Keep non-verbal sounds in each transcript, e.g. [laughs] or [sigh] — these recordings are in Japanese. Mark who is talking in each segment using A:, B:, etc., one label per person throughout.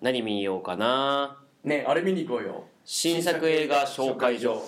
A: 何見ようかな
B: ねあれ見に行こうよ
A: 新作映画紹介所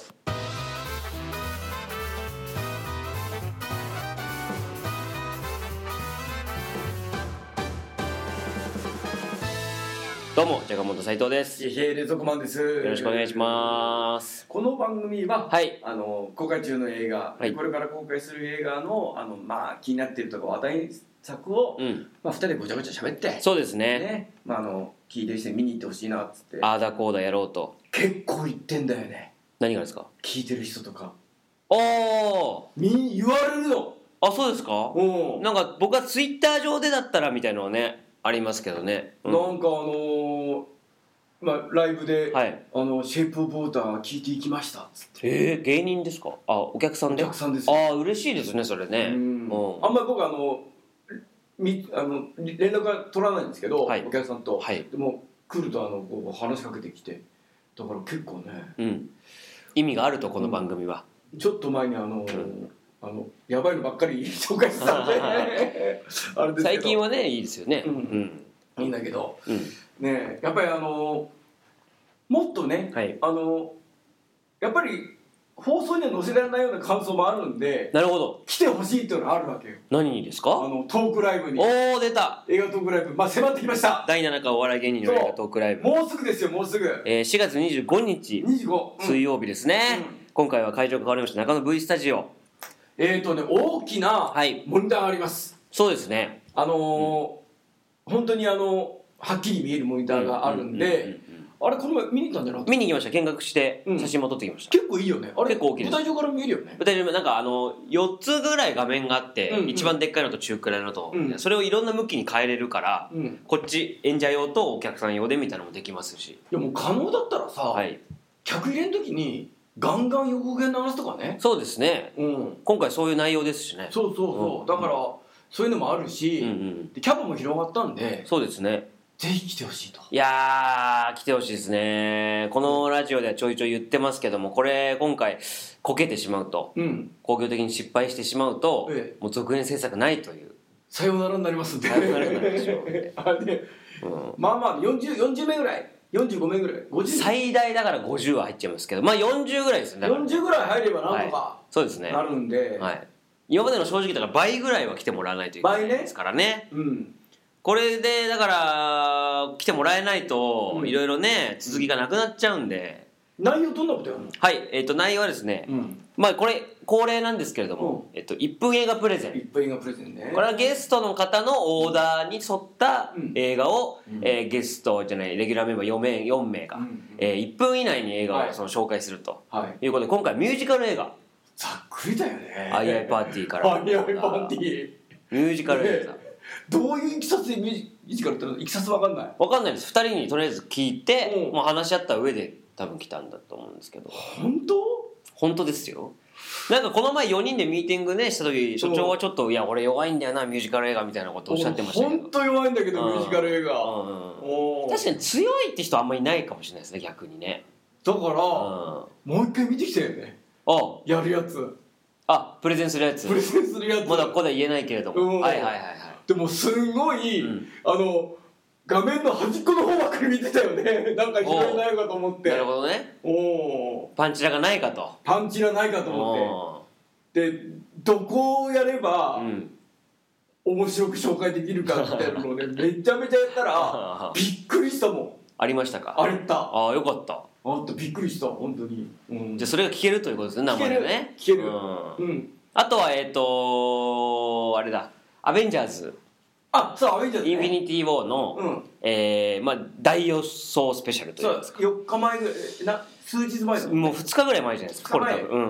A: どうもジャガモンド斉藤ですよ
B: ゲゲレマンですよ
A: ろしくお願いします
B: すこの番組は、
A: はい
B: あの公開中の映画、
A: はい
B: これから公開する映画のあの、まあ、気になっているとか話題作を、
A: うん
B: まあ、2人でごちゃごちゃ喋って
A: そうですね
B: ねまあ、あの聞いてる人に見に行ってほしいなっつって
A: ああだこうだやろうと
B: 結構言ってんだよね
A: 何がですか
B: 聞いてる人とか
A: あー
B: み言われるの
A: あそうですか
B: うん
A: なんか僕はツイッター上でだったらみたいのはねありますけどね、うん
B: なんかあのーまあ、ライブで、
A: はい
B: あの「シェイプ・オブ・ウォーター」聞いていきましたっつって
A: えー、芸人ですかあお客さん
B: お
A: で
B: 客さんですよ
A: ああ嬉しいですねそれね
B: うん
A: うん
B: あんまり僕あのみあのり連絡は取らないんですけど、
A: はい
B: お客さんと、
A: はい
B: でも来るとあのこう話しかけてきてだから結構ね
A: うん意味があるとこの番組は、
B: ちょっと前にあの、あのやばいのばっかり [laughs] 紹介してた
A: [laughs]
B: んであれですけど
A: 最近はねいいですよねう
B: うんんいいんだけど
A: うん、
B: ねやっぱりあのもっとね、
A: はい
B: あのやっぱり放送には載せられないような感想もあるんで
A: なるほど
B: 来てほしいっていうのがあるわけよ
A: 何にです
B: あ
A: か
B: のトークライブに
A: おお出た
B: 映画トークライブまあ迫ってきました
A: 第7回お笑い芸人の映画トークライブ、
B: もうすぐですよもうすぐ
A: えー、4月25日
B: 25、うん
A: 水曜日ですね、
B: うん
A: 今回は会場が変わりました中野 V スタジオ
B: えっ、ー、とね大きな
A: はい
B: モニターがあります、
A: そうですね
B: あのー本当にあのはっきり見えるモニターがあるんで、
A: うううんうん
B: あれこの前見に行ったんじゃなかった
A: 見に行きました見学して
B: うん
A: 写真も撮ってきました、
B: 結構いいよねあれ
A: 結構大きいです
B: 舞台上から見えるよね
A: 舞台上もなんかあの4つぐらい画面があって、
B: うんうん
A: 一番でっかいのと中くらいのと、
B: うん
A: それをいろんな向きに変えれるから、
B: うんい
A: こっち演者用とお客さん用でみたいなのもできますし、
B: やもう可能だったらさ、
A: はい、
B: 客入れの時にガンガン横弦鳴らすとかね
A: そうですね
B: うん
A: 今回そういう内容ですしね
B: そうそうそう、
A: うん
B: だからそういうのもあるし、
A: うんうん
B: でキャパも広がったんで
A: そうですね
B: ぜひ来てほしいと
A: いやー来てほしいですねこのラジオではちょいちょい言ってますけどもこれ今回こけてしまうと
B: うん
A: 工業的に失敗してしまうと、
B: え
A: もう続編制作ないという、
B: さようならになりますんで
A: さようならになるでしょう
B: [laughs] あれね
A: うん、
B: まあまあ 40, 40名ぐらい45名ぐらい50
A: 最大だから50は入っちゃいますけどまあ40ぐらいですねだから
B: 40ぐらい入ればなんとか
A: そうですね
B: なるんで、
A: はい、今までの正直だから倍ぐらいは来てもらわないといけない
B: 倍ね
A: ですからね
B: うん
A: これでだから来てもらえないと
B: うん
A: いろいろね続きがなくなっちゃうんで、
B: 内容どんなことやるの
A: はいえっ、と内容はですね、
B: うん
A: まあこれ恒例なんですけれども、えっと1分映画プレゼン
B: 一分映画プレゼンね
A: これはゲストの方のオーダーに沿った
B: うん
A: 映画を、
B: うん
A: えーゲストじゃないレギュラーメンバー4名 ,4 名が、
B: うんうん
A: え1分以内に映画
B: は
A: を
B: い
A: その紹介すると
B: はい
A: いうことで今回ミュージカル映画
B: ざっくりだよね
A: 「アイアイパーティー」から
B: アイアイパーティー
A: ミュージカル映画
B: ねどういういきさつでミュージミュージカルってのいきさつわかんない
A: わかんないです2人にとりあえず聞いて、
B: うん
A: まあ、話し合った上で多分来たんだと思うんですけど
B: 本当
A: 本当ですよなんかこの前4人でミーティングねした時所長はちょっと「いや俺弱いんだよなミュージカル映画」みたいなことをおっしゃってましたけど
B: 本当弱いんだけど
A: うん
B: ミュージカル映画
A: うんうんうん
B: おー
A: 確かに強いって人あんまりいないかもしれないですね逆にね
B: だから
A: うん
B: も
A: あ
B: う一回見てきたよねやるやつ
A: あプレゼンするやつ
B: プレゼンするやつ
A: まだここでは言えないけれども
B: うん
A: はいはいはいはい
B: でもすんごい、
A: うん
B: あの画面の端っこの方ばっかり見てたよね [laughs] なんか拾えないかと思って
A: なるほどね
B: おお
A: パンチラがないかと
B: ーパンチがないかと思ってでどこをやれば
A: うんうん
B: 面白く紹介できるかみたいなの
A: [laughs]
B: をねめちゃめちゃやったらびっくりしたもん
A: ありましたか
B: あれったあ
A: ああよかった
B: ったびっくりした本当にうん
A: じゃあそれが聞けるということですね生でね
B: 聞ける聞ける
A: うん
B: うん
A: あとはえっ、とあれだ「アベンジャーズ
B: あそうあいいじゃん
A: インフィ
B: ニ
A: ニティ・ウォーの」
B: うん
A: えーまあ、大予想スペシャルとい
B: そうう4日前ぐらいな数日前だ
A: もう2日ぐらい前じゃないですかこれ多
B: 二
A: 分、うん、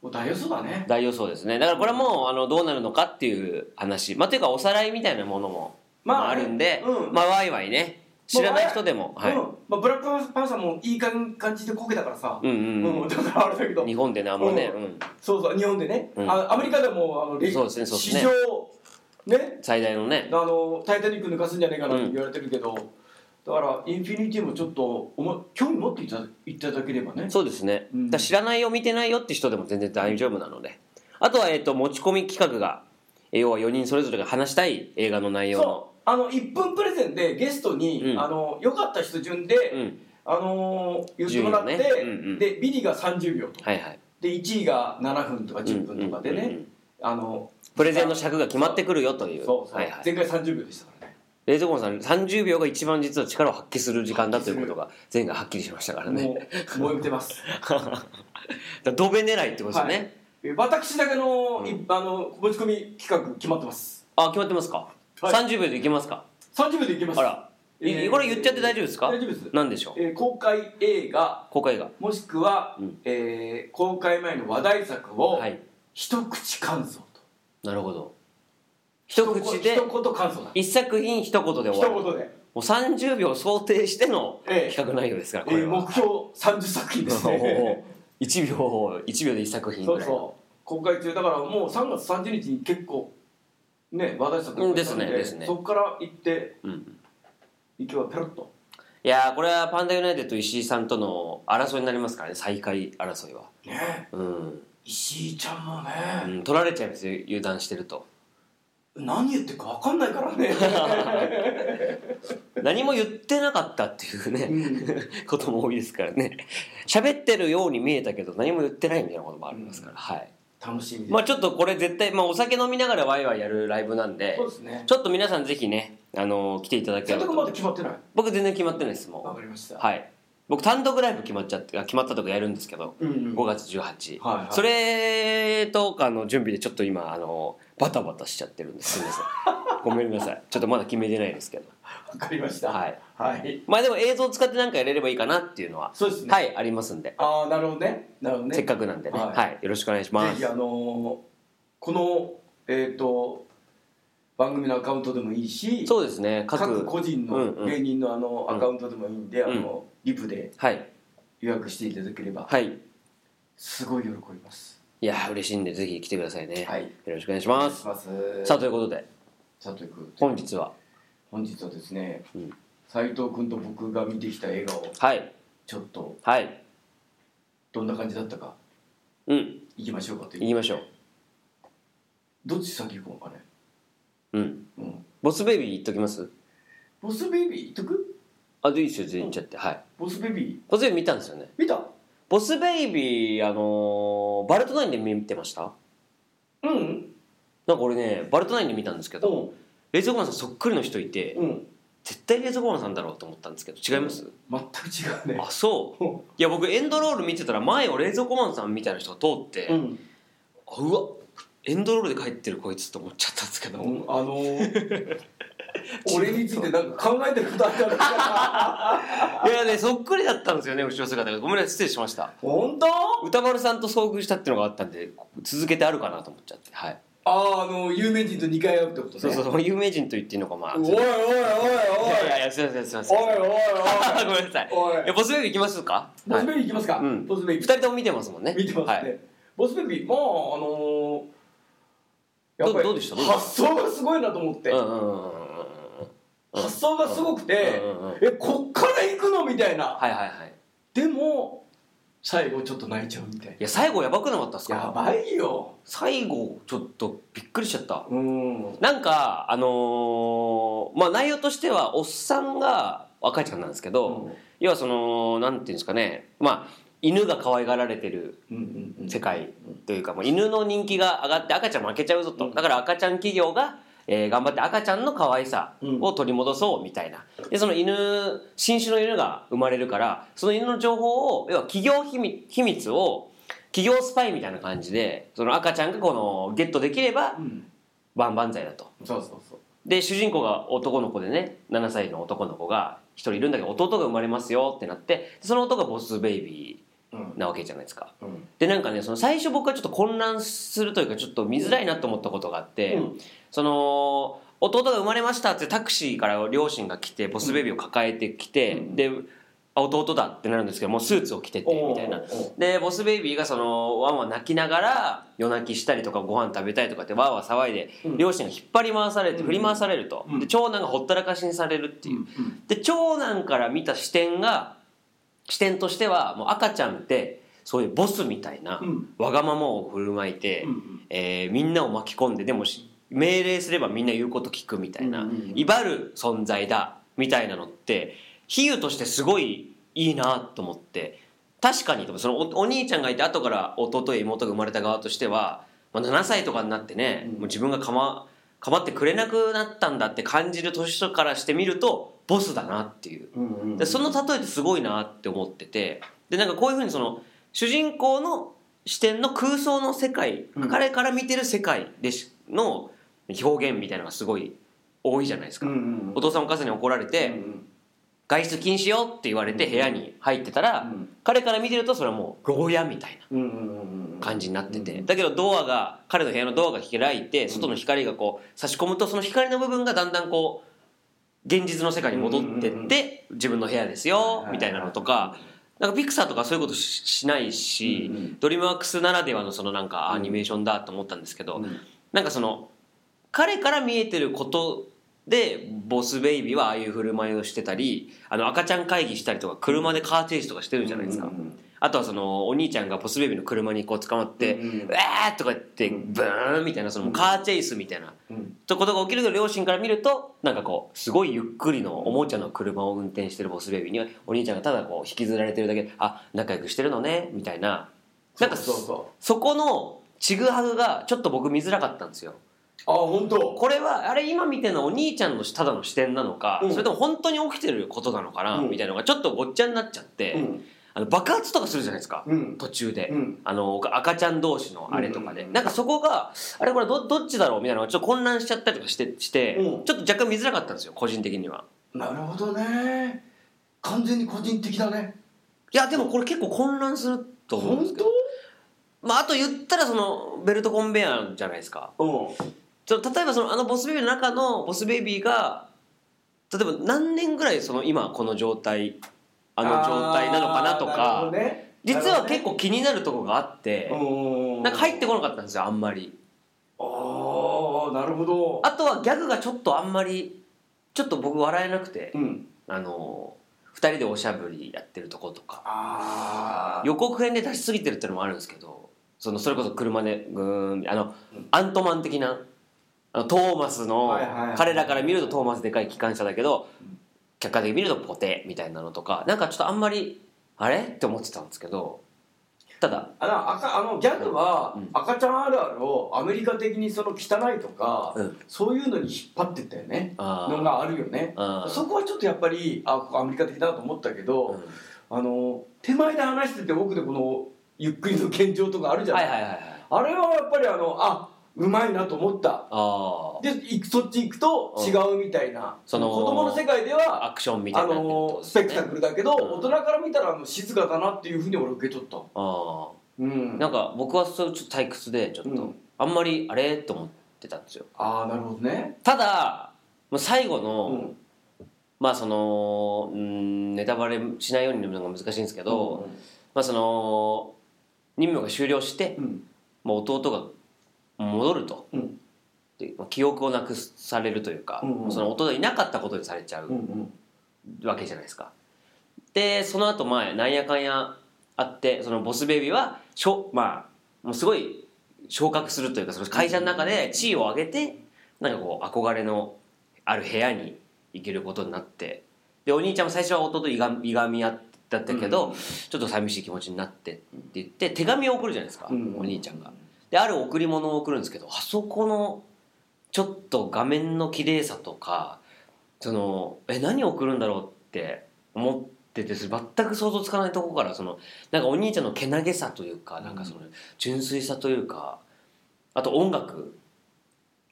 B: もう大予想だね
A: 大予想ですねだからこれはもうあのどうなるのかっていう話まあというかおさらいみたいなものも、ま
B: ま
A: あ
B: あ
A: るんで、
B: うん
A: まあワイワイね知らない人でも、はい、
B: うんまあ、ブラックパンサーもいい感じでこけたからさ、
A: うん
B: う
A: うん、
B: んだからあれだけど
A: 日本でねあんまね、う
B: うんそうそう日本でね、
A: うん
B: あアメリカでもあのレ
A: そうですねそうですね
B: 史上ね
A: 最大の
B: あ
A: ね
B: の「タイタニック」抜かすんじゃねえかなって言われてるけど、だからインフィニティもちょっとおも興味持っていたいただければね
A: そうですね、
B: うん
A: だから知らないよ見てないよって人でも全然大丈夫なのであとは、えっと持ち込み企画がえー要は4人それぞれが話したい映画の内容
B: そ
A: の
B: うあの1分プレゼンでゲストに、
A: うん
B: あの良かった人順で、
A: うん
B: あのー言ってもらって、
A: 順位をねうんうん
B: でビリが30秒とか
A: はいはい
B: で1位が7分とか10分とかでね、
A: うんうんうんうん
B: あの
A: プレゼンの尺が決まってくるよという
B: そうそう、
A: はいはい
B: 前回30秒でしたからね
A: 冷蔵庫のさん30秒が一番実は力を発揮する時間だということが前回はっきりしましたからね
B: もう燃えてます
A: だからドベ狙いってことですね、
B: え私だけの,、
A: うん
B: いあの持ち込み企画決まってます
A: あ決まってますか、
B: はい
A: 30秒でいけますか
B: 30秒でいきます
A: あら、い
B: えー
A: これ言っちゃって大丈夫ですか
B: 大丈夫です
A: 何でしょう
B: えー公開映画
A: 公開が
B: もしくは、
A: うん
B: えー公開前の話題作を、
A: はい
B: 一口感想と
A: なるほど一口で
B: 一言感想だ
A: 一作品一言で
B: 一
A: 終わるも
B: 言で、
A: う30秒想定しての
B: ええ
A: 企画内容ですから
B: え
A: これ
B: ー
A: は、
B: 目標30作品です
A: お
B: ね
A: お1秒1秒で1作
B: [laughs]
A: 品
B: そ
A: ぐ
B: う
A: らい
B: そう公開中だからもう3月30日に結構ね話題作
A: うんですねですね
B: そこから行って
A: うん
B: 行けばペロッと
A: いやーこれはパンダユナイテッド石井さんとの争いになりますからね最下位争いは
B: ね
A: うん、
B: 石井ちゃんも
A: う
B: ね、
A: ん、取られちゃいますよ油断してると
B: 何言ってるか分かんないからね
A: 何も言ってなかったっていうね、
B: う
A: [laughs]
B: ん
A: ことも多いですからね喋ってるように見えたけど何も言ってないみたいなこともありますから、はい
B: 楽しみです、
A: まあちょっとこれ絶対、まあ、お酒飲みながらワイワイやるライブなんで
B: そうですね
A: ちょっと皆さんぜひねあの来ていただけ
B: 選
A: れば
B: 択
A: と
B: まで決まってない
A: 僕全然決まってないですも
B: わかりまし
A: う
B: た
A: はい僕単独ライブ決まっちゃってあ決まったとかやるんですけど
B: うんうん
A: 5月18、
B: はいはい
A: それとかの準備でちょっと今あのバタバタしちゃってるんですすみま
B: [laughs]
A: せんごめんなさいちょっとまだ決めてないですけど
B: わかりました
A: はい、
B: はい、
A: まあでも映像を使ってなんかやれればいいかなっていうのは、
B: そうですね
A: はいありますんで
B: ああなるほどねなるほどね
A: せっかくなんでね、
B: はい
A: はい、よろしくお願いしま
B: ぜ
A: す。
B: ひあのーこのえっ、と番組のアカウントでもいいし
A: そうですね、
B: 各
A: 各、
B: 個人
A: うんうん
B: の芸人のあの
A: うん
B: アカウントでもいいんで、あのリプで
A: はい、
B: 予約していただければ
A: はい、
B: すごい喜びます
A: いやー嬉しいんでぜひ来てくださいね。
B: はい
A: よろしくお願いします。
B: ます
A: さあということで
B: さあということで
A: 本日は
B: 本日はですね
A: うん
B: 斉藤君と僕が見てきた映画を
A: はい
B: ちょっと
A: はい
B: どんな感じだったか
A: うん
B: いきましょうかと
A: 行
B: いう
A: きましょ
B: どっち先行こうかね
A: う。うん、
B: うん
A: ボスベイビー言っときます。
B: ボスベイビー言っとく
A: あでいいですよ全員言っちゃって、はい。
B: ボスベイビー
A: ボスベイビー見たんですよね。
B: 見た
A: ボスベイビーあのーバルトナインで見てました。
B: うん
A: なんか俺ねバルトナインで見たんですけど、
B: う
A: 冷蔵庫マンさんそっくりの人いて、
B: んうん
A: 絶対冷蔵庫マンさんだろうと思ったんですけど違います？
B: 全く違うね
A: あそう。
B: うん
A: いや僕エンドロール見てたら前を冷蔵庫マンさんみたいな人が通って、
B: う
A: うんわエンドロールで帰ってるこいつと思っちゃったんですけど、
B: うんあのー [laughs] 俺についてなんか考えてることあったの
A: [laughs]
B: か
A: いやねそっくりだったんですよね後ろ姿がごめんなさい失礼しました
B: 本当
A: 歌丸さんと遭遇したっていうのがあったんで続けてあるかなと思っちゃってはい
B: あああの有名人と2回会うってことね
A: そうそうそう有名人と言っていいのかまあ
B: おい
A: [laughs]
B: おいおいおい
A: いやいやいやすいませんすいません
B: おいおいおい
A: あごめんなさい [laughs]
B: おい
A: いやボスベイビー行きますか
B: ボ
A: は
B: ス
A: い
B: ベイビーいきますか、
A: うん
B: ボスベイ
A: 二
B: ビ
A: 人とも見てますもんね
B: [laughs] ー見てます
A: は
B: ね、
A: い
B: ボスベイビーまああのー、やっぱり
A: どどうでした
B: 発想がすごいなと思って、
A: うんうんうんうんうんうん
B: 発想がすごくて、
A: うんうんうん
B: えこっから行くのみたいな、
A: はいはいはい
B: でも最後ちょっと泣いちゃうみたい
A: いや最後やばくなかったっす
B: な
A: か
B: やばいよ
A: 最後ちょっとびっくりしちゃった
B: うん
A: なんかあのーまあ内容としてはおっさんが赤ちゃんなんですけど、
B: うん
A: 要はそのなんていうんですかねまあ犬が可愛がられてる
B: うんうんうん
A: 世界というか、もう犬の人気が上がって赤ちゃん負けちゃうぞと、だから赤ちゃん企業が、えー頑張って赤ちゃんの可愛さを取り戻そうみたいなでその犬新種の犬が生まれるからその犬の情報を要は企業秘密秘密を企業スパイみたいな感じでその赤ちゃんがこのゲットできれば
B: うん
A: 万々歳だと。
B: そうそうそう
A: で主人公が男の子でね7歳の男の子が1人いるんだけど弟が生まれますよってなってその男がボスベイビ
B: うん
A: ーなわけじゃないですか
B: うん
A: でなんかねその最初僕はちょっと混乱するというかちょっと見づらいなと思ったことがあって、
B: うん
A: その弟が生まれましたってタクシーから両親が来てボスベイビーを抱えてきて、
B: うん
A: であ弟だってなるんですけどもうスーツを着ててみたいな
B: おうおうおう
A: でボスベイビーがそのワンワン泣きながら夜泣きしたりとかご飯食べたいとかってわーわー騒いで、
B: うん
A: 両親が引っ張り回されて
B: うん
A: 振り回されると、
B: うん
A: で長男がほったらかしにされるっていう、
B: うん
A: で長男から見た視点が視点としてはもう赤ちゃんってそういうボスみたいな、
B: うん
A: わがままを振る舞いて、
B: うんうん
A: えーみんなを巻き込んででもし命令すればみんな言うこと聞くみたいな、
B: うんうんうん
A: 威張る存在だみたいなのって比喩としてすごいいいなと思って確かにでもそのおお兄ちゃんがいて後から弟や妹が生まれた側としては、まあ、7歳とかになってね、
B: うん
A: もう自分がかまかまってくれなくなったんだって感じる年からしてみるとボスだなっていう
B: うんうん
A: でその例えってすごいなって思っててでなんかこういうふうにその主人公の視点の空想の世界、
B: うん
A: 彼から見てる世界でしの表現みたいなのがすごい多いじゃないです
B: う
A: か、
B: んうん
A: お父さんお母さんに怒られて、外出禁止よって言われて部屋に入ってたら、
B: うん
A: 彼から見てるとそれはもう牢屋みたいな
B: うんうんうん
A: 感じになってて、
B: うん
A: だけどドアが彼の部屋のドアが開いて外の光がこう差し込むとその光の部分がだんだんこう現実の世界に戻って
B: うんうんう
A: っ
B: ん
A: て自分の部屋です
B: はいはい
A: よ
B: はい
A: みたいなのとかなんかピクサーとかそういうことししないし
B: うんうん
A: ドリームワークスならではのそのなんか
B: うん
A: アニメーションだと思ったんですけ
B: う
A: ど
B: ん
A: なんかその彼から見えてることでボスベイビーはああいう振る舞いをしてたりあの赤ちゃん会議したりとか車でカーチェイスとかしてるじゃないですか
B: うんうん
A: あとはそのお兄ちゃんがボスベイビーの車にこう捕まって
B: うんうん
A: 「うわー!」とか言って
B: うん
A: ブーンみたいなそのカーチェイスみたいな
B: うん
A: とことが起きるけど両親から見るとなんかこうすごいゆっくりのおもちゃの車を運転してるボスベイビーにお兄ちゃんがただこう引きずられてるだけであ仲良くしてるのねみたいななんか
B: そうそう
A: そ
B: そう
A: このちぐはぐがちょっと僕見づらかったんですよ
B: あ本当
A: これはあれ今見てるのはお兄ちゃんのただの視点なのか、
B: うん
A: それとも本当に起きてることなのかな、
B: うん
A: みたいなのがちょっとごっちゃになっちゃって、
B: うん
A: あの爆発とかするじゃないですか、
B: うん
A: 途中で、
B: うん
A: あの赤ちゃん同士のあれとかで、
B: うん
A: なんかそこがあれこれどどっちだろうみたいなのがちょっと混乱しちゃったりとかしてして、
B: うん
A: ちょっと若干見づらかったんですよ個人的には
B: なるほどね完全に個人的だね
A: いやでもこれ結構混乱すると思うんです
B: 本
A: けどまああと言ったらそのベルトコンベヤーじゃないですか
B: 当うん
A: ちょ例えばそのあのボスベイビーの中のボスベイビーが例えば何年ぐらいその今この状態あの状態なのかなと
B: あ
A: か
B: ーなるほどね
A: 実は結
B: 構
A: 構気になるとこがあってなんか入ってこなかったんですよあんまり
B: ああなるほど
A: あとはギャグがちょっとあんまりちょっと僕笑えなくて
B: うん
A: あの2人でおしゃぶりやってるとことか
B: あ
A: 予告編で出しすぎてるってのもあるんですけどそのそれこそ車でぐーんあの
B: うん
A: アントマン的なあのトーマスの
B: はいはいはい
A: 彼らから見るとトーマスでかい機関車だけど客観的に見るとポテみたいなのとかなんかちょっとあんまりあれって思ってたんですけどただ
B: あの赤あのギャグは
A: うん
B: 赤ちゃんあるあるをアメリカ的にその汚いとか、
A: うん
B: そういうのに引っ張ってったよね
A: あー
B: のがあるよね
A: あー
B: そこはちょっとやっぱりあここアメリカ的だと思ったけど、
A: うん
B: あの手前で話してて奥でこのゆっくりの現状とかあるじゃな,、
A: はいいはいはいはい
B: あれはやっぱりあのあうまいなと思った
A: あー
B: でいくそっち行くと違うみたいな、
A: その
B: 子供の世界では
A: アクションみた
B: あ
A: いになってるってこと
B: の
A: で
B: ス
A: すよ
B: ペ
A: ね
B: クタクルだけど、
A: うん
B: 大人から見たらあの静かだなっていうふうに俺受け取った、
A: あ
B: うん
A: ーなんか僕はそれちょっと退屈でちょっと、
B: うん
A: あんまりあれと思ってたんですよ
B: ああなるほどね
A: ただまあ最後
B: う
A: の、
B: ん
A: まあそのうんネタバレしないように言うのが難しいんですけど、まあその任務が終了して、
B: うん
A: まあ、弟が戻ると
B: うん
A: でまあ記憶をなくされるというか、
B: うんうん
A: その弟がいなかったことにされちゃ
B: うんう
A: うんわけじゃないですか。でその後まあなんやかんやあってそのボスベイビーはしょ、まあ、もうすごい昇格するというかその会社の中で地位を上げてなんかこう憧れのある部屋に行けることになってでお兄ちゃんも最初は弟といがいがみ合ってだったけど、ちょっと寂しい気持ちになってって言って手紙を送るじゃないですか、
B: うん
A: お兄ちゃんが。である贈り物を送るんですけどあそこのちょっと画面の綺麗さとかそのえ何送るんだろうって思っててそれ全く想像つかないとこからそのなんかお兄ちゃんのけなげさというかなんかその純粋さというかあと音楽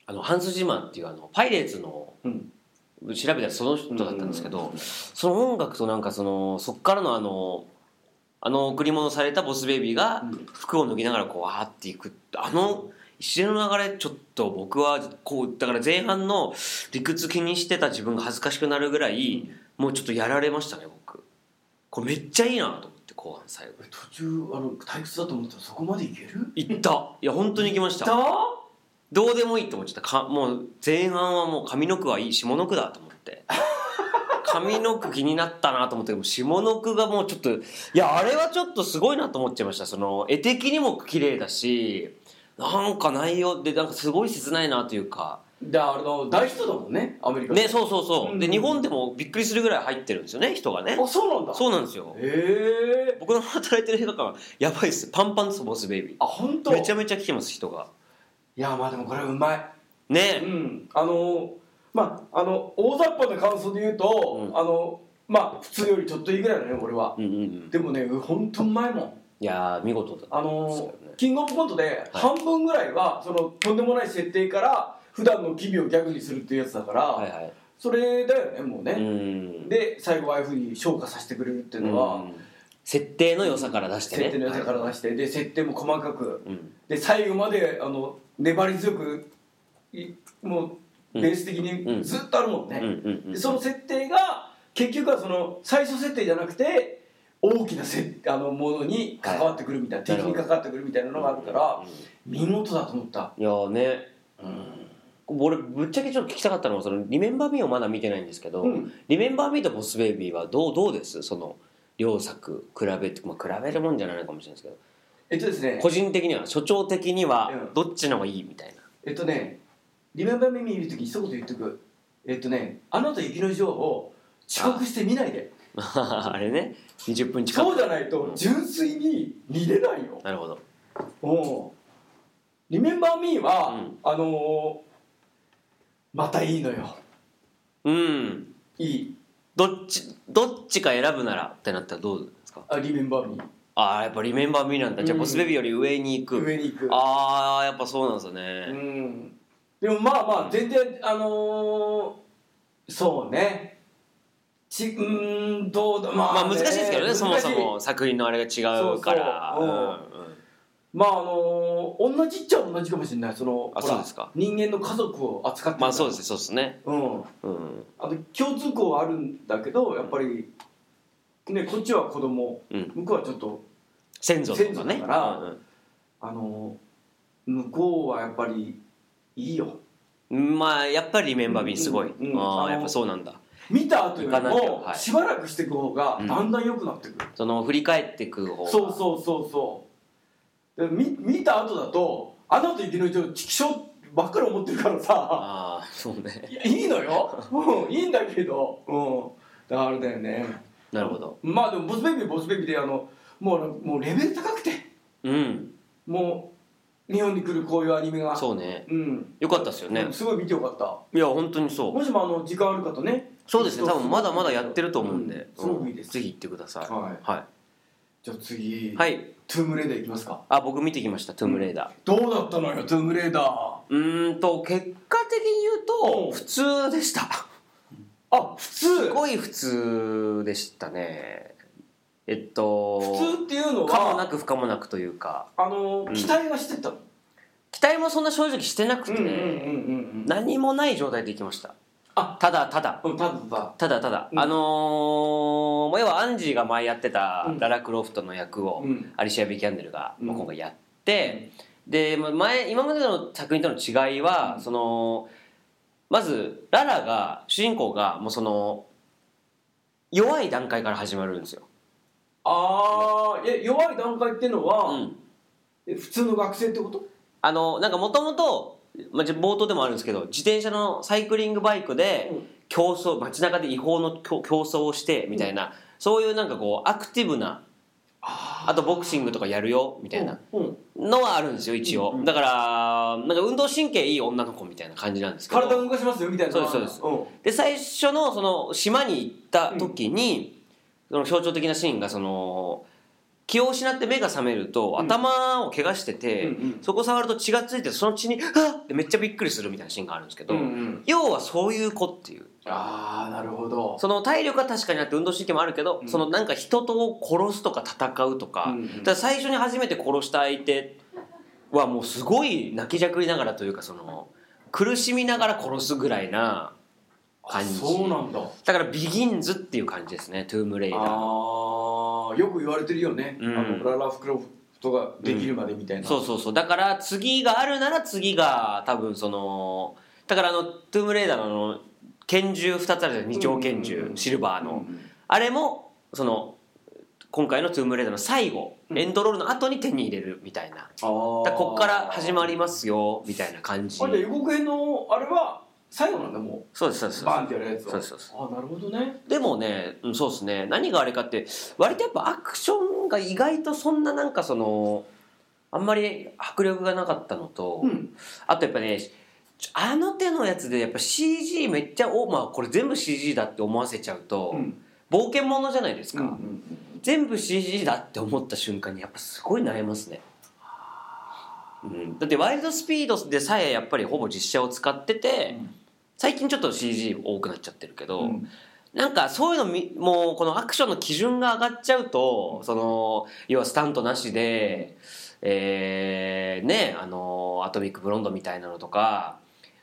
A: あのハンス・ジマンっていうあのパイレーツの
B: うん
A: 調べたらその人だったんですけど、その音楽となんかそのそっからのあのあの贈り物されたボスベイビーが
B: うん
A: 服を脱ぎながらこうわーっていくあの一連の流れちょっと僕はこうだから前半の理屈気にしてた自分が恥ずかしくなるぐらいもうちょっとやられましたね僕これめっちゃいいなと思って後半最後
B: え途中あの退屈だと思ったらそこまでいける
A: 行ったいや本当に行きましたどうでもいいと思っちゃったかもう前半はもう上の句はいい下の句だと思って [laughs] 上の句気になったなと思ってもう下の句がもうちょっといやあれはちょっとすごいなと思っちゃいましたその絵的にも綺麗だしなんか内容でなんかすごい切ないなというか
B: であの大ヒットだもんねアメリカで
A: ねそうそうそう、
B: うん
A: で日本でもびっくりするぐらい入ってるんですよね人がね
B: あそうなんだ
A: そうなんですよ
B: へえ
A: 僕の働いてる映画館やばいっすパンパンですボスベイビ
B: あ本
A: ー
B: 当
A: めちゃめちゃ来てます人が
B: いやまあでもこれはうまい
A: ね、
B: うんあのまああの大雑把な感想で言うと、
A: うん
B: あのまあ普通よりちょっといいぐらいだね俺は、
A: うん、うんうん
B: でもね本当うまいもん
A: いやー見事だ
B: あ
A: そうだ
B: の
A: よね
B: キングオブコントで半分ぐらいは、そのとんでもない設定から普段の機微をギャグにするっていうやつだから、
A: はいはい
B: それだよねもう
A: う
B: ね、
A: ん
B: で最後ああいうふうに昇華させてくれるっていうのは、
A: うん設定の良さから出してね
B: 設定の良さから出
A: し
B: して、で設定も細かく
A: て、うん
B: で最後まであの粘り強くいも
A: う
B: うんベース的
A: うん
B: にずっとあるもんね、
A: うんうんうん
B: でその設定が結局はその最初設定じゃなくて大きなせあのものに関わってくるみたいな、
A: はい
B: 敵に関わってくるみたいなのがあるから、見事だと思った、
A: いやーね俺ぶっちゃけちょっと聞きたかったのはその「リメンバー・ミー」をまだ見てないんですけど「
B: うん
A: リメンバー・ミー」と「ボス・ベイビー」はどうどうですその両作比べて、まあ、比べるもんじゃないのかもしれないですけど
B: えっとですね
A: 個人的には所長的には
B: うん
A: どっちの方がいいみたいな、
B: えっとね「リメンバー・ミー」見る時一言言っとくえっとね「あなた雪の女王」を遅刻して見ないで
A: [laughs] あれね20分近く
B: そうじゃないと純粋に見れないよ、
A: なるほど
B: おリメンバー・ミーは、
A: うん
B: あのーまたいいのよ
A: うん
B: いい
A: どっちどっちか選ぶならってなったらどうですか
B: あリメンバー・ミー
A: ああやっぱ「リメンバー・ミー」なんだじゃあ「
B: うん
A: ボス・ベイビー」より上に行く、
B: 上に行く
A: ああやっぱそうなんですよ
B: う
A: ね、
B: んでもまあまあ全然あのーそうねちうーんどうだまあ、
A: まあ難しいですけどねそもそも
B: 難しい
A: 作品のあれが違うから
B: そうそう
A: うんうん
B: まああのー同じっちゃ同じかもしれないその
A: あ
B: ほら
A: そうですか
B: 人間の家族を扱ってる、
A: まあそうですすそうですね
B: うん、
A: うん
B: あの共通項はあるんだけどやっぱりねこっちは子供
A: うん
B: 向こうはちょっと
A: 先祖とかね
B: 先祖だから
A: うん
B: あの向こうはやっぱりいいよ
A: うんまあやっぱりリメンバービーすごい、
B: うんうん
A: あ
B: あ
A: あ
B: の
A: やっぱそうなんだ
B: 見た後より
A: 行かなきゃ
B: も
A: はい
B: しばらくしていく方が
A: うん
B: だんだん良くなってくる、
A: その振り返ってく方が
B: そうそうそうそうで見見た後だとあなた生きの人畜生ばっかり思ってるか
A: [laughs]
B: らさ
A: ああそうね
B: いやいいのよ、うん、いいんだけど、うん、だからあれだよね
A: なるほど
B: まあでもボスベビーボスベビーであのもうもうレベル高くて
A: うん
B: もう日本に来るこういうアニメが
A: そうね
B: うん
A: よかったですよね
B: すごい見てよかった
A: いや本当にそう
B: もしもあの時間ある方ね
A: そうですね多分まだまだやってると思うんで、
B: うんすごくいいです
A: ぜひ行ってください
B: はい
A: は
B: じゃあ次、
A: い、はい、
B: トゥームレーダーいきますか
A: あ僕見てきました「トゥームレイダー」
B: どうだったのよトゥームレーダーあ
A: うーんと結果的に言う
B: う
A: と
B: ん
A: 普通でした
B: 普通
A: すごい普通でしたねえっと
B: 普通っていうの
A: 可もな
B: は
A: く不可もなくというか
B: あの期待はしてたの、
A: 期待もそんな正直してなくて、
B: ん
A: 何もない状態で行きました
B: あ
A: ただただ
B: うんただただ
A: ただただ、
B: うん
A: あのーまあ要はアンジーが前やってた
B: うん
A: ララクロフトの役を
B: うん
A: アリシア・ビキャンデルが
B: うん
A: まあ今回やって、でまあ前今までの作品との違いは、そのまずララが主人公がもうその弱い段階から始まるんですよ、
B: ああえ弱い段階っていうのは、
A: うん
B: え普通の学生ってこと
A: あのなんかもともと冒頭でもあるんですけど自転車のサイクリングバイクで
B: うん
A: 競争街中で違法の競競争をしてみたいな、そういうなんかこうアクティブな
B: あ
A: あとボクシングとかやるよみたいな
B: うんうん
A: のはあるんですよ一応、
B: うんうん
A: だからなんか運動神経いい女の子みたいな感じなんですけど
B: 体を動かしますよみたいな
A: そうですそうです
B: そ
A: で最初のその島に行った時に、その象徴的なシーンがその気を失って目が覚めると
B: うん
A: 頭を怪我してて、
B: うんうん
A: そこ触ると血がついてその血に「あっ!」ってめっちゃびっくりするみたいなシーンがあるんですけど、
B: うんうん
A: 要はそういう子っていう
B: ああなるほど
A: その体力は確かにあって運動神経もあるけど、
B: うん
A: そのなんか人とを殺すとか戦うとか,、
B: うんうん
A: だから最初に初めて殺した相手はもうすごい泣きじゃくりながらというかその苦しみながら殺すぐらいな
B: あ
A: 感じ
B: そうなんだ
A: だからビギンズっていう感じですねトゥームレイダー
B: ああよく言われてるよね、
A: うん
B: あのララフクロフトができるまでみたいな、
A: そうそうそうだから次があるなら次が多分そのだからあのトゥームレイダーのあの拳銃2つあるじゃない二丁拳
B: うんうん
A: 銃
B: うん
A: シルバーの
B: うん
A: あれもその今回の「トゥームレイダー」の最後エンドロールの後に手に入れるみたいな、だからこっから始まりますよみたいな感じ
B: あれ予告編のあれは最後なんだも
A: そうですそうです
B: うバーンってやるやつを
A: そうそうそ
B: あなるほどね
A: でもね、うん、そうですね何があれかって割とやっぱアクションが意外とそんななんかそのあんまり迫力がなかったのと、
B: うん
A: あとやっぱねちょあの手のやつでやっぱ CG めっちゃおまあこれ全部 CG だって思わせちゃうと、
B: うん
A: 冒険ものじゃないです
B: う
A: か、
B: んうん
A: 全部 CG だって思った瞬間にやっぱすごい悩ますね、うん、だってワイルドスピードでさえやっぱりほぼ実写を使ってて、
B: うん
A: 最近ちょっと CG 多くなっちゃってるけど、
B: うん
A: なんかそういうのみもうこのアクションの基準が上がっちゃうとその要はスタントなしで、えーねあのアトミック・ブロンドみたいなのとか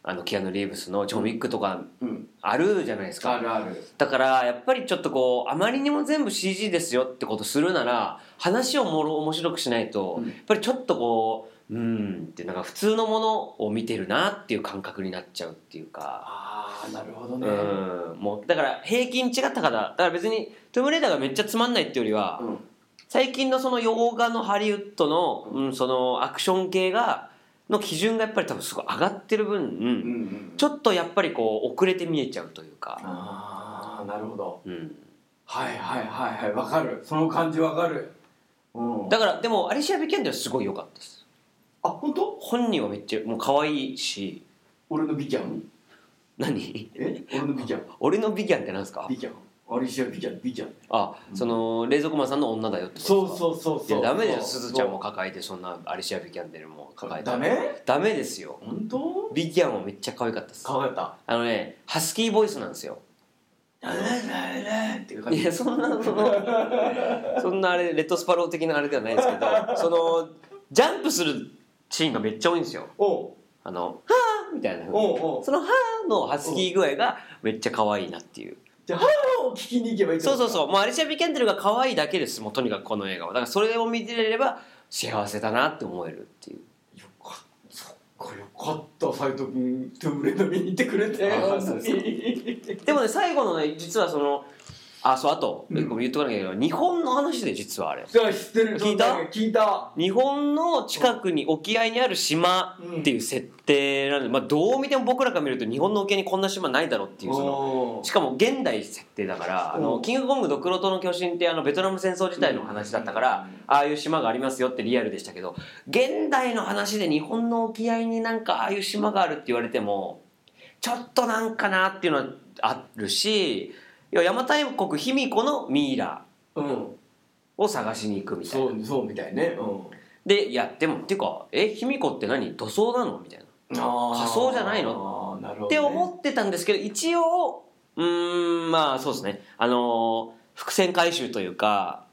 A: あのキアヌ・リーブスのジョン・ウィックとか
B: うん
A: あるじゃないですか、
B: あるある
A: だからやっぱりちょっとこうあまりにも全部 CG ですよってことするなら話をもろ面白くしないと、
B: うん
A: やっぱりちょっとこううんってなんか普通のものを見てるなっていう感覚になっちゃうっていうか。
B: ああなるほどね
A: うんもうだから平均値が高だだから別に「トゥームレイダー」がめっちゃつまんないっていうよりは、
B: うん
A: 最近のその洋画のハリウッドの,、うん、そのアクション系がの基準がやっぱり多分すごい上がってる分、
B: うんうん
A: ちょっとやっぱりこう遅れて見えちゃうというか、
B: ああなるほど
A: うん、
B: はいはいはいはいわかるその感じわかるうん
A: だからでもアリシア・ビケンドはすごい良かったです
B: あ本当
A: 本人はめっちゃもう可愛いし
B: 俺のビキャン
A: 何 [laughs]
B: え俺のビキャン
A: 俺のビギャンってなんですか
B: ビキャンアリシアビキャンビキャン
A: あその冷蔵庫マンさんの女だよってこと
B: そ
A: ですか
B: うそうそうそう
A: い
B: い
A: やダメだよすずちゃんも抱えてそんなアリシア・ビキャンデルも抱えて
B: ダメ
A: ダメですよ
B: 本当
A: ビギャンもめっちゃ可愛かったです
B: かわった
A: あのねハスキーボイスなんですよ
B: ダメダメダメっていう感
A: い
B: じ
A: やそんなそ
B: [laughs]
A: のそんなあれレッドスパロー的なあれではないですけどそのジャンプするシーンがめっちゃ多いんですよ
B: おう
A: あの「はあ」みたいな
B: おうおう
A: その「はあ」のハスキー具合がめっちゃ可愛いなっていう
B: じゃあハローを聞きに行けばいいってこ
A: そう
B: と
A: そうそうもうアリシア・ビキャンデルが可愛いだけですもうとにかくこの映画はだからそれを見てれれば幸せだなって思えるっていう
B: よかったそっかよかった斎藤君トゥームレイダー見に行ってくれて
A: あ
B: 本当
A: そう
B: に
A: ですでもね最後のね実はそのあそうあと
B: うん
A: 一個言っとかなきゃいけない日本の話で実はあれ
B: じゃあ知ってる
A: 聞いた
B: 聞いた
A: 日本の近くに沖合にある島っていう設定なので、まあ、どう見ても僕らが見ると日本の沖合にこんな島ないだろうっていうその
B: おー
A: しかも現代設定だからあ
B: う
A: の
B: ん
A: キングコング独路島の巨神ってあのベトナム戦争時代の話だったから
B: うん
A: ああいう島がありますよってリアルでしたけど現代の話で日本の沖合になんかああいう島があるって言われてもちょっとなんかなっていうのはあるし要は邪馬台国卑弥呼のミイラ
B: うん
A: を探しに行くみたいな
B: そうそうみたいねうん
A: でやってもっていうか「え卑弥呼って何塗装なの?」みたいな仮
B: 仮
A: 想じゃない
B: のなるほどね、
A: って思ってたんですけど一応うーんまあそうですねあのー伏線回収というか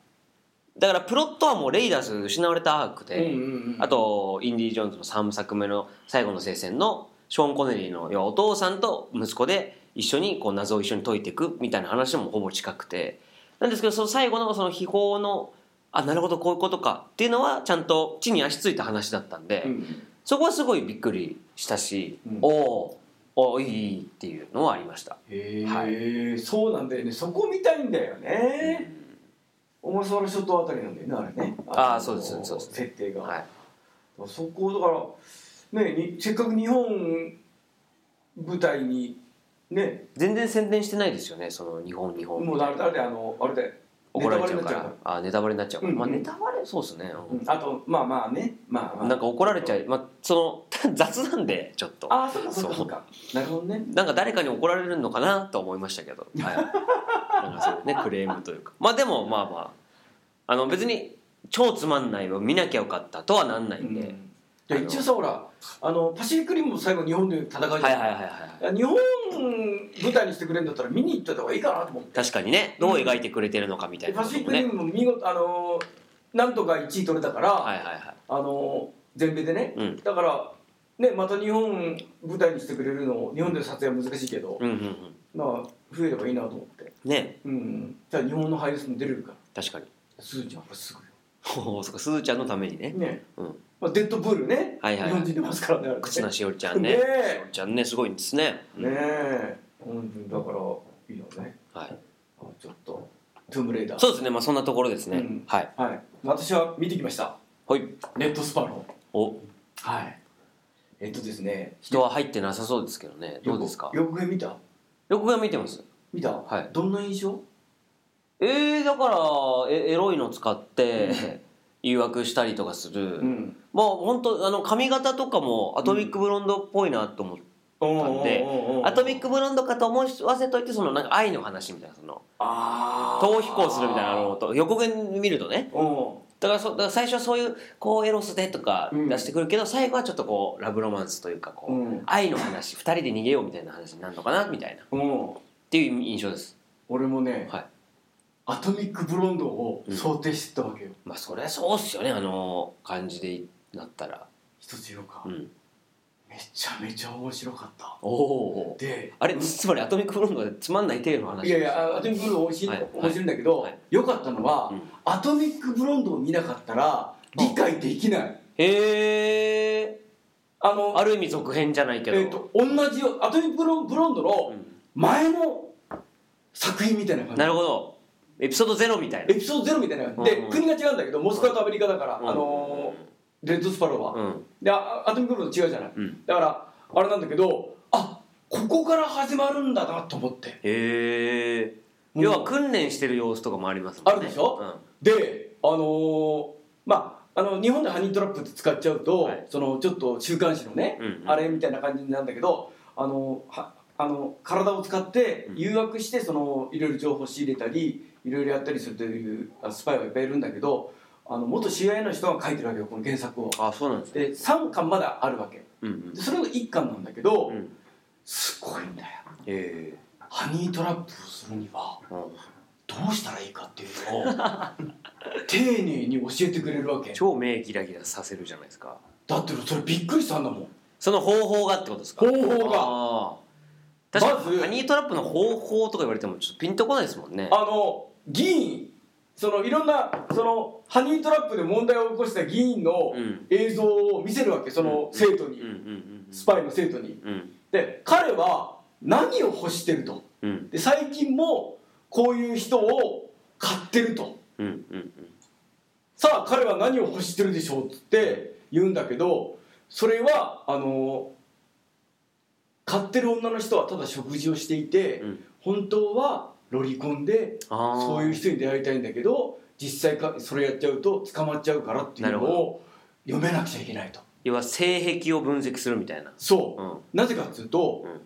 A: だからプロットはもうレイダース失われたアーク
B: うんう
A: で、
B: んうん、
A: あとインディ・ジョーンズの3作目の最後の聖戦のショーン・コネリーの要はお父さんと息子で一緒にこう謎を一緒に解いていくみたいな話もほぼ近くてなんですけどその最後のその秘宝のあなるほどこういうことかっていうのはちゃんと地に足ついた話だったんで、
B: うん
A: そこはすごいびっくりしたし、
B: うん
A: おおおいいいいっていうのはありました、
B: へえ、
A: は
B: そうなんだよねそこ見たいんだよね、小笠原諸島あたりなんだよねあれね
A: あー
B: の
A: そうですそうです
B: 設定が、
A: はい、
B: そこだからねにせっかく日本舞台にね
A: 全然宣伝してないですよねその日本日本
B: もうあれあれあのあれで
A: 怒られちゃうか
B: ネタバレにな
A: ら
B: っ
A: あネタバレになっちゃうから、
B: うんうん
A: まあネタバレそうですね、
B: うんあとまあまあねまあ、まあ、
A: なんか怒られちゃう、まあ、その [laughs] 雑なんでちょっと
B: ああそうかそうかそうかなるほどね
A: なんか誰かに怒られるのかなと思いました [laughs] けど、はい、なんかそういうねクレームというかまあでもまあまああの別に超つまんないを見なきゃよかったとはなんないんで、
B: で一応さほらあのパシフィックリムも最後日本で戦うじゃん、
A: はいはいはいはい
B: 日本舞台にしてくれるんだったら見に行ってた方がいいかなと思って
A: 確かにねどう描いてくれてるのかみたい
B: で
A: な
B: パ
A: こ
B: シフ
A: と
B: ィッ
A: も
B: クリ
A: ね
B: ムも見事あのーなんとか1位取れたから、
A: はいはいはい
B: あのー全米でね、
A: うん
B: だからねまた日本舞台にしてくれるのを日本での撮影は難しいけど、
A: うんうんうん
B: まあ増えればいいなと思って
A: ね
B: うんじゃあ日本の俳優さんも出れるから
A: 確かに [laughs]
B: すずちゃんこれすぐ
A: おおそっかすずちゃんのためにね
B: よね、
A: うん
B: まあ、デッドプールね、
A: はいはいはい
B: 日本人出ますからねあれね
A: 忽那しおりちゃんね
B: ねえ
A: しおりちゃんねすごいんですね
B: ねえ本当にだからいいよね
A: はい
B: あちょっとトゥームレイダー
A: そうですねまあそんなところですね、
B: うん
A: はい
B: はい私は見てきました
A: はい
B: レッドスパロー
A: お
B: はいえっとですね
A: 人は入ってなさそうですけどねどうですか
B: 予告編見た
A: 横が見てます
B: 見た
A: はい
B: どんな印象
A: えー、だからえエロいの使って誘惑したりとかする、
B: ん
A: まあ本当あの髪型とかもアトミックブロンドっぽいなと思って、でアトミックブロンドかと思わせといてそのなんか愛の話みたいなその
B: あー
A: 逃避行するみたいなのと予告編見るとね
B: お
A: だからそだから最初はそういうこうエロスでとか出してくるけど、最後はちょっとこうラブロマンスというかこう、
B: うん
A: 愛の話2人で逃げようみたいな話になるのかなみたいなっ
B: うおう
A: ていう印象です
B: 俺もね
A: はい
B: アトミックブロンドを想定してたわけよ
A: まあそれはそうっすよねあの感じでなったら
B: 一つ色か
A: うん
B: めちゃめちゃ面白かった
A: おお
B: で
A: あれつまりアトミックブロンドでつまんない程度の話
B: いやいやアトミックブロンド美味しい、
A: はい
B: 面白いんだけど、
A: はい
B: 良かったのは、
A: うん
B: アトミックブロンドを見なかったら理解できない、
A: へえ
B: あの
A: ある意味続編じゃないけど、
B: えっと同じよアトミックブロンブロンドの
A: う
B: 前の作品みたいな感
A: ん
B: じ
A: なるほどエピソードゼロみたいな
B: エピソードゼロみたいな感じで、
A: うん
B: 国が違うんだけどモスクワとアメリカだから、
A: うん
B: あのーレッドスパローは、
A: うん
B: であアトミックブロンド違うじゃない
A: うん
B: だからあれなんだけどあここから始まるんだなと思って
A: へえ
B: うん
A: 要は訓練してる様子とかもありますもんね
B: あるでしょであのーまああの日本でハニートラップって使っちゃうと、
A: はい
B: そのちょっと週刊誌のね、
A: うんうん
B: あれみたいな感じになるんだけどあのはあの体を使って
A: うん
B: 誘惑してそのいろいろ情報を仕入れたりいろいろやったりするというあスパイはいっぱいいるんだけどあの元 CIA の人が書いてるわけよこの原作を。
A: うん、あそうなんですね
B: で3巻まだあるわけ
A: うん
B: でそれが1巻なんだけど、
A: うんうん
B: すごいんだよ
A: へえ
B: ハニートラップをするには
A: うん
B: どうしたらいいかっていうのを
A: [laughs]
B: 丁寧に教えてくれるわけ
A: 超目ギラギラさせるじゃないですか
B: だってそれびっくりしたんだもん
A: その方法がってことですか
B: 方法が
A: あー確か
B: ま
A: に
B: ず
A: ハニートラップの方法とか言われてもちょっとピンとこないですもんね
B: あの議員そのいろんなそのハニートラップで問題を起こした議員の
A: うん
B: 映像を見せるわけその生徒
A: うんうん
B: に
A: うん
B: スパイの生徒に
A: うん
B: で彼は何を欲してると
A: うん
B: で最近もこういう人を買ってると
A: うんうんうん
B: さあ彼は何を欲してるでしょうっつって言うんだけどそれはあの買ってる女の人はただ食事をしていて、
A: うん
B: 本当はロリコンで
A: あー
B: そういう人に出会いたいんだけど実際かそれやっちゃうと捕まっちゃうからっていうの
A: なる
B: を読めなくちゃいけないと
A: 要は性癖を分析するみたいな
B: そう、
A: うん
B: なぜかっていうと、
A: うん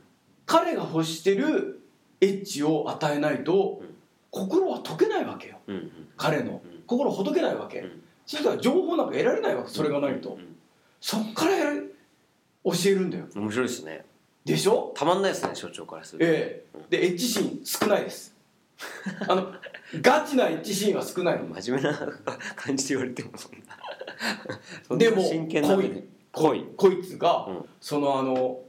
B: 彼が欲してるエッチを与えないと、
A: うん
B: 心は解けないわけよ
A: うんうん
B: 彼の、
A: うん
B: 心ほどけないわけ、
A: うん
B: そしたら情報なんか得られないわけそれがないと、
A: うん
B: そっからやる教えるんだよ
A: 面白いですね
B: でしょ
A: たまんないですね所長からすると
B: ええでエッチシーン少ないですあの [laughs] ガチなエッチシーンは少ないの
A: 真面目な [laughs] 感じで言われてもそんなそんな
B: [laughs] でも
A: 真剣な目で濃い
B: こいつが、
A: うん
B: そのあの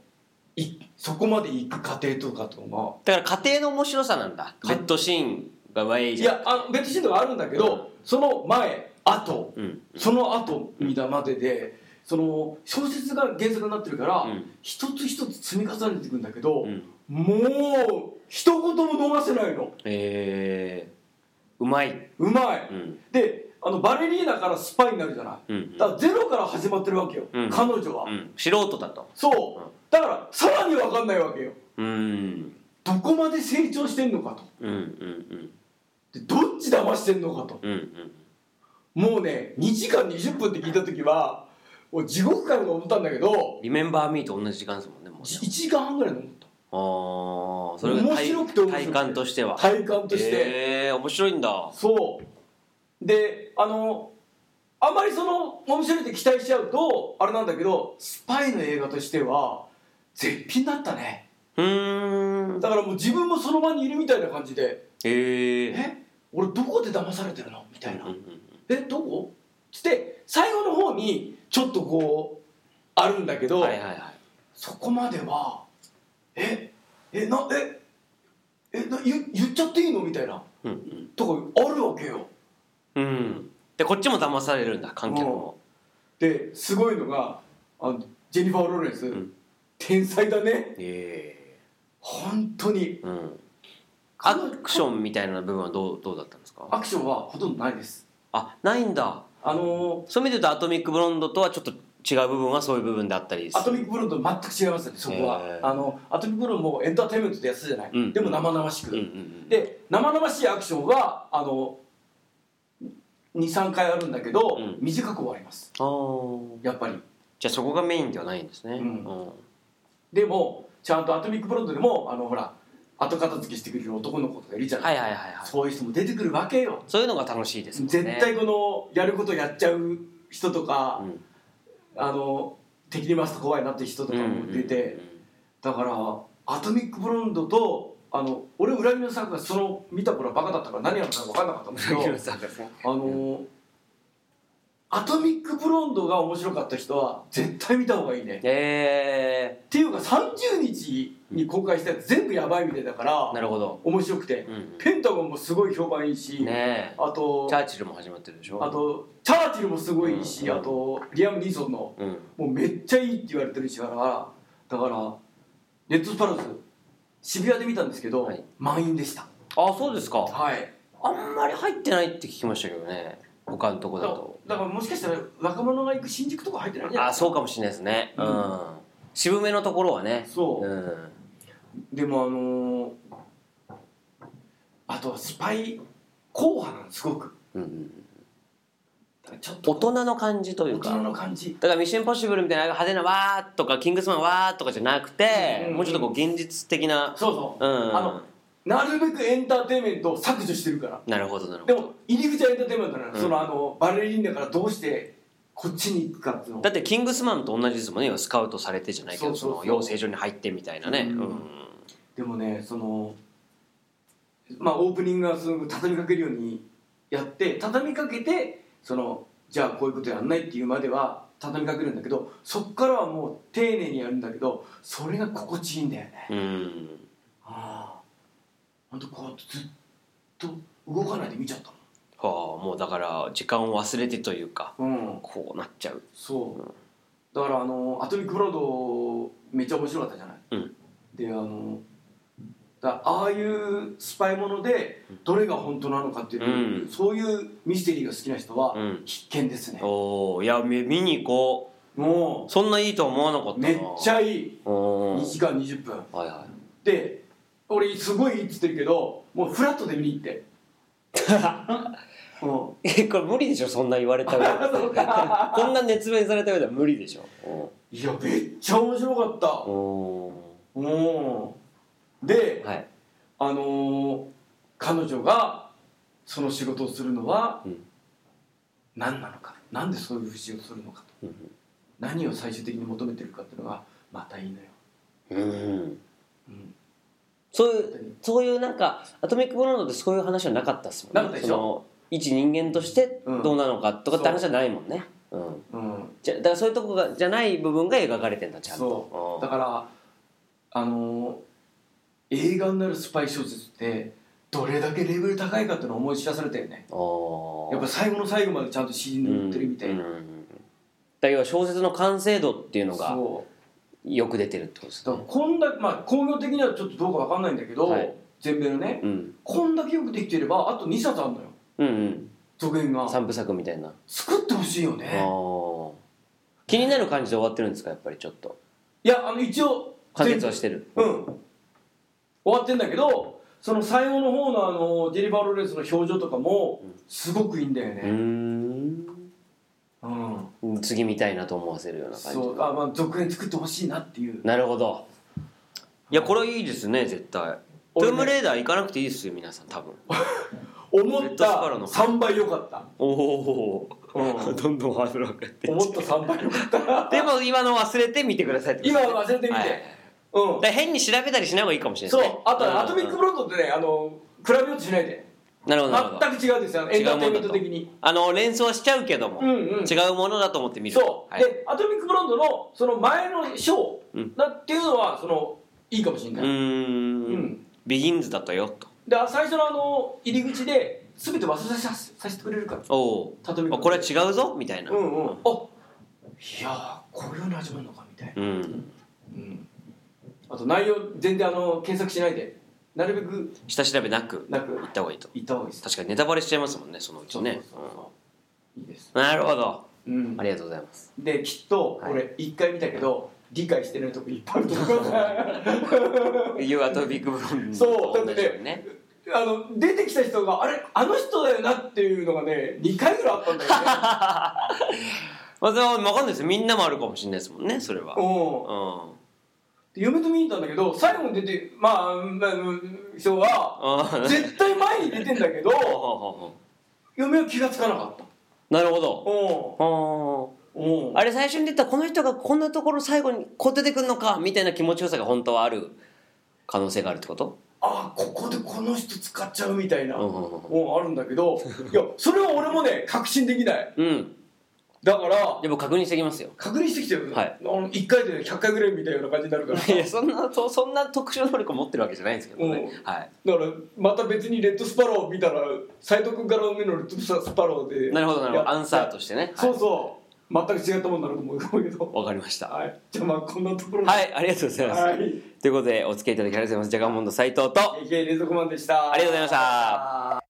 B: いそこまで行く過程とかとか
A: だから家庭の面白さなんだベッドシーンがワイ
B: い
A: じゃん
B: やあの別シーンとかあるんだけど、
A: うん
B: その前後
A: うん
B: その後みたいなまででその小説が原作になってるから、
A: うん
B: 一つ一つ積み重ねていくんだけど、
A: うん
B: もう一言も逃せないの
A: えーうまいう
B: まい、
A: うん
B: であのバレリーナからスパイになるじゃない、
A: うん
B: だからゼロから始まってるわけよ、
A: うん
B: 彼女は、
A: うん素人だと
B: そう、
A: うん
B: だからさらに分かんないわけよ
A: うん
B: どこまで成長してんのかと
A: うんうんうん
B: でどっち騙してんのかと
A: うんうん
B: もうね2時間20分って聞いた時は俺地獄かよと思ったんだけど
A: リメンバーミーと同じ時間ですもんねもうね
B: 1時間半ぐらいの思っ
A: ああそれが
B: 面
A: 体
B: 白くて面白くて
A: 体感としては
B: た体感として、
A: ええー、面白いんだ
B: そうであのあんまりその面白いって期待しちゃうとあれなんだけどスパイの映画としては絶品だったね
A: うーん
B: だからもう自分もその場にいるみたいな感じで
A: ええー、
B: え俺どこで騙されてるのみたい
A: う
B: な
A: んうん
B: えどこつって最後の方にちょっとこうあるんだけど、
A: はいはいはい
B: そこまではええなええな言言っちゃっていいのみたいな
A: うん
B: とかあるわけよ
A: うんうんでこっちも騙されるんだ観客も
B: ですごいのがあのジェニファー・ローレンス、
A: ん
B: 天才だね
A: え
B: 本当に
A: えー、うんアクションみたいな部分はどうどうだったんですか
B: アクションはほとんどないです
A: あないんだ
B: あの
A: そういう意味で言うとアトミック・ブロンドとはちょっと違う部分はそういう部分であったりす
B: ー
A: る
B: アトミックブロンドと全く違いますねそこは、
A: へー
B: あのアトミックブロンドもエンターテインメントでやつじゃない、
A: うん
B: でも生々しく、
A: うんうん
B: で生々しいアクションはあの23回あるんだけど、
A: うん
B: 短く終わります
A: うん、ああ
B: やっぱり
A: じゃあそこがメインではないんですね、
B: うん
A: うん
B: でもちゃんとアトミックブロンドでもあのほら後片付けしてくれる男の子とかいるじゃな、
A: はいいはいはいはい
B: そういう人も出てくるわけよ、
A: そういうのが楽しいですもんね
B: 絶対このやることやっちゃう人とか、
A: うん
B: あの敵に回すと怖いなって人とかも出て、だからアトミックブロンドとあの俺裏切りの作がその見た頃はバカだったから何やるのか分かんなかったんだけ
A: うんうん [laughs] うん
B: どあのアトミックブロンドが面白かった人は絶対見た方がいいね
A: え
B: っていうか30日に公開したやつ全部やばいみたいだから
A: ー、なるほど、
B: 面白くて
A: うんうん
B: ペンタゴンもすごい評判いいし、
A: ねえ
B: あと
A: チャーチルも始まってるでしょ
B: あ、とチャーチルもすごいいいし、
A: うん
B: あとリアム・ニーソンの
A: うん、
B: もうめっちゃいいって言われてるしだからだからネットスパルス渋谷で見たんですけど、
A: はい
B: 満員でした
A: あそうですか
B: はい
A: あんまり入ってないって聞きましたけどね他のとこ
B: だ
A: だと
B: だからもしかしたら若者が行く新宿とか入ってないんじゃない
A: あそうかもしれないですねうん、渋めのところはね
B: そううんでもあのーあとはスパイ硬派なのすごく
A: うんうん、
B: だからちょっと
A: 大人の感じとい
B: 大
A: うか
B: 人の感じ
A: だから「ミッションインポッシブル」みたいな派手な「わー」とか「キングスマン」「わー」とかじゃなくて、
B: うん
A: もうちょっとこう現実的な
B: そうそう、
A: うん
B: あのなるべくエンターテインメントを削除してるから
A: なるほどなるほ
B: で
A: ど
B: も入り口はエンターテインメントなの、
A: うん
B: そのあのバレリーナからどうしてこっちに行くかっていうのを
A: だって「キングスマン」と同じですもんね要はスカウトされてじゃないけど
B: そうそうそう
A: の養成所に入ってみたいなね、う
B: うん
A: ん
B: でもねそのまあオープニングはその畳みかけるようにやって畳みかけてそのじゃあこういうことやんないっていうまでは畳みかけるんだけどそっからはもう丁寧にやるんだけどそれが心地いいんだよね
A: うん
B: ああほんとこうやってずっと動かないで見ちゃった
A: はあもうだから時間を忘れてというか
B: のうん
A: こうなっちゃう
B: そうだからあのアトミックブロードめっちゃ面白かったじゃない、
A: うん
B: であのだああいうスパイものでどれが本当なのかっていう、
A: うん
B: そういうミステリーが好きな人は
A: うん
B: 必見ですね、
A: おおいや見見に行こ
B: も
A: うそんないいとは思わなかっ
B: う
A: たな
B: めっちゃ
A: い
B: いい2時間20分
A: はいは
B: で俺すごいいいっつってるけどもうフラットで見に
A: [laughs]
B: 行って、うん、
A: いこれ無理でしょそんな言われた上
B: [laughs]
A: でこんな熱弁された上では無理でしょ
B: いやめっちゃ面白かった
A: おお
B: うんで
A: ーはい
B: あのー彼女がその仕事をするのは
A: うん
B: 何なのか、なんでそういう不死をするのか
A: う
B: と、
A: んうん
B: 何を最終的に求めてるかっていうのがまたいいのよ、
A: うん
B: うん、
A: そういうそういうなんかアトミック・ブロンドってそういう話はなかったっすもんね
B: なかったでしょ
A: その一人間としてどうなのかとかって話はないもんね、うん
B: うん、
A: じゃだからそういうとこがじゃない部分が描かれてんだちゃんと
B: だからあのー映画になるスパイ小説ってどれだけレベル高いかっていうのを思い知らされたよね
A: お
B: やっぱ最後の最後までちゃんと詩に塗ってるみたい
A: うん
B: な、
A: うんうんうんだから要は小説の完成度っていうのが
B: そう
A: よく出てるってことです
B: だか
A: ね
B: らこんだけまあ工業的にはちょっとどうかわかんないんだけど、
A: はい
B: 全米のね
A: うん
B: こんだけよくできてればあと2冊あるのよ
A: うん
B: 続
A: う
B: 編が
A: ん三部作みたいな
B: 作ってほしいよ
A: あ
B: ね
A: ー気になる感じで終わってるんですかやっぱりちょっと
B: いやあの一応
A: 完結はしてる
B: 全部うん終わってんだけどその最後の方のあのジェニファー・ロレンスの表情とかもすごくいいんだよ
A: うー
B: ね
A: ん
B: うん、
A: 次見たいなと思わせるような感じ
B: そうあ、まあ、続編作ってほしいなっていう
A: なるほどいやこれはいいですね絶対ト
B: 俺
A: ゥ
B: ね
A: ームレーダー行かなくていいですよ皆さん多分
B: 思
A: レッ
B: っ
A: ド
B: た
A: スパロの
B: 3倍良かった、
A: おお
B: うん、
A: ー [laughs] どんどんハードル上がって
B: 思った3倍良かった [laughs]
A: でも今の忘れてみてくださいってこと
B: 今
A: ですね
B: 忘れてみて、
A: はい
B: う
A: だか
B: ん
A: ら変に調べたりしない方がいいかもしれないで
B: そう
A: すね
B: あと
A: うん
B: アトミック・ブロンドってねあの比べようとしないで
A: なるほどなるほど
B: 全く違うですよエンターテインメント的に
A: あの連想はしちゃうけども、
B: うんうん
A: 違うものだと思って見る
B: そう、
A: はい、
B: でアトミック・ブロンドのその前の章
A: うん
B: だっていうのはそのいいかもしれ
A: う
B: ない、
A: ーん
B: うん
A: ビギンズだったよと
B: で最初のあの入り口で全て忘れさせさせてくれるから
A: お
B: アトミッ
A: お
B: ク
A: これは違うぞみたいな
B: うんうんあいやーこういうふうに始まるのかみたいな、
A: うん
B: うんあと内容全然あの検索しないでなるべく
A: 下調べなく
B: なく
A: 行った方がいいと
B: 行った方がいいです
A: 確かにネタバレしちゃいますもんねそのうちね
B: そうそうそういいです、
A: うんなるほど
B: うん
A: あ、りがとうございます
B: できっと
A: はい
B: 俺一回見たけど、理解してないとこいっぱいあると思う
A: You are to big b
B: そうだってね
A: ね
B: あの出てきた人があれあの人だよなっていうのがね2回ぐらいあったんだよね
A: [laughs] まあでも分かんないですよみんなもあるかもしれないですもんねそれは
B: うん
A: うん
B: 嫁と見に行ったんだけど最後に出てまあ、まあ、人 [laughs] は
A: あー
B: 絶対前に出てんだけど
A: ほう [laughs] ほうほうほ
B: 嫁は気がつかなかっ
A: う
B: た
A: なるほど
B: お
A: あ
B: お
A: あれ最初に出たこの人がこんなところ最後にこう出てくるのかみたいな気持ちよさが本当はある可能性があるってこと
B: あここでこの人使っちゃうみたいな、
A: う
B: うん
A: んうん
B: あるんだけどいやそれは俺もね確信できない
A: うんうん
B: だから
A: でも確認してきますよ
B: 確認してきてる、
A: はい
B: あの1回で100回ぐらい見たような感じにな
A: [laughs]
B: るから
A: いやそんなそそんな特殊能力を持ってるわけじゃないんですけどね
B: う
A: はい
B: だからまた別にレッドスパロー見たら斎藤君からの目のレッドスパローで
A: なるほどなるほ
B: や
A: どアンサーとしてねはい
B: そうそう、全く違ったもんだなると思うけど
A: わかりました
B: はいじゃあまあこんなところで
A: はいありがとうございます、
B: はい
A: ということでお付き合いいただきありがとうございますジャガモンド斉藤と
B: 池江冷蔵庫マンでした
A: ありがとうございました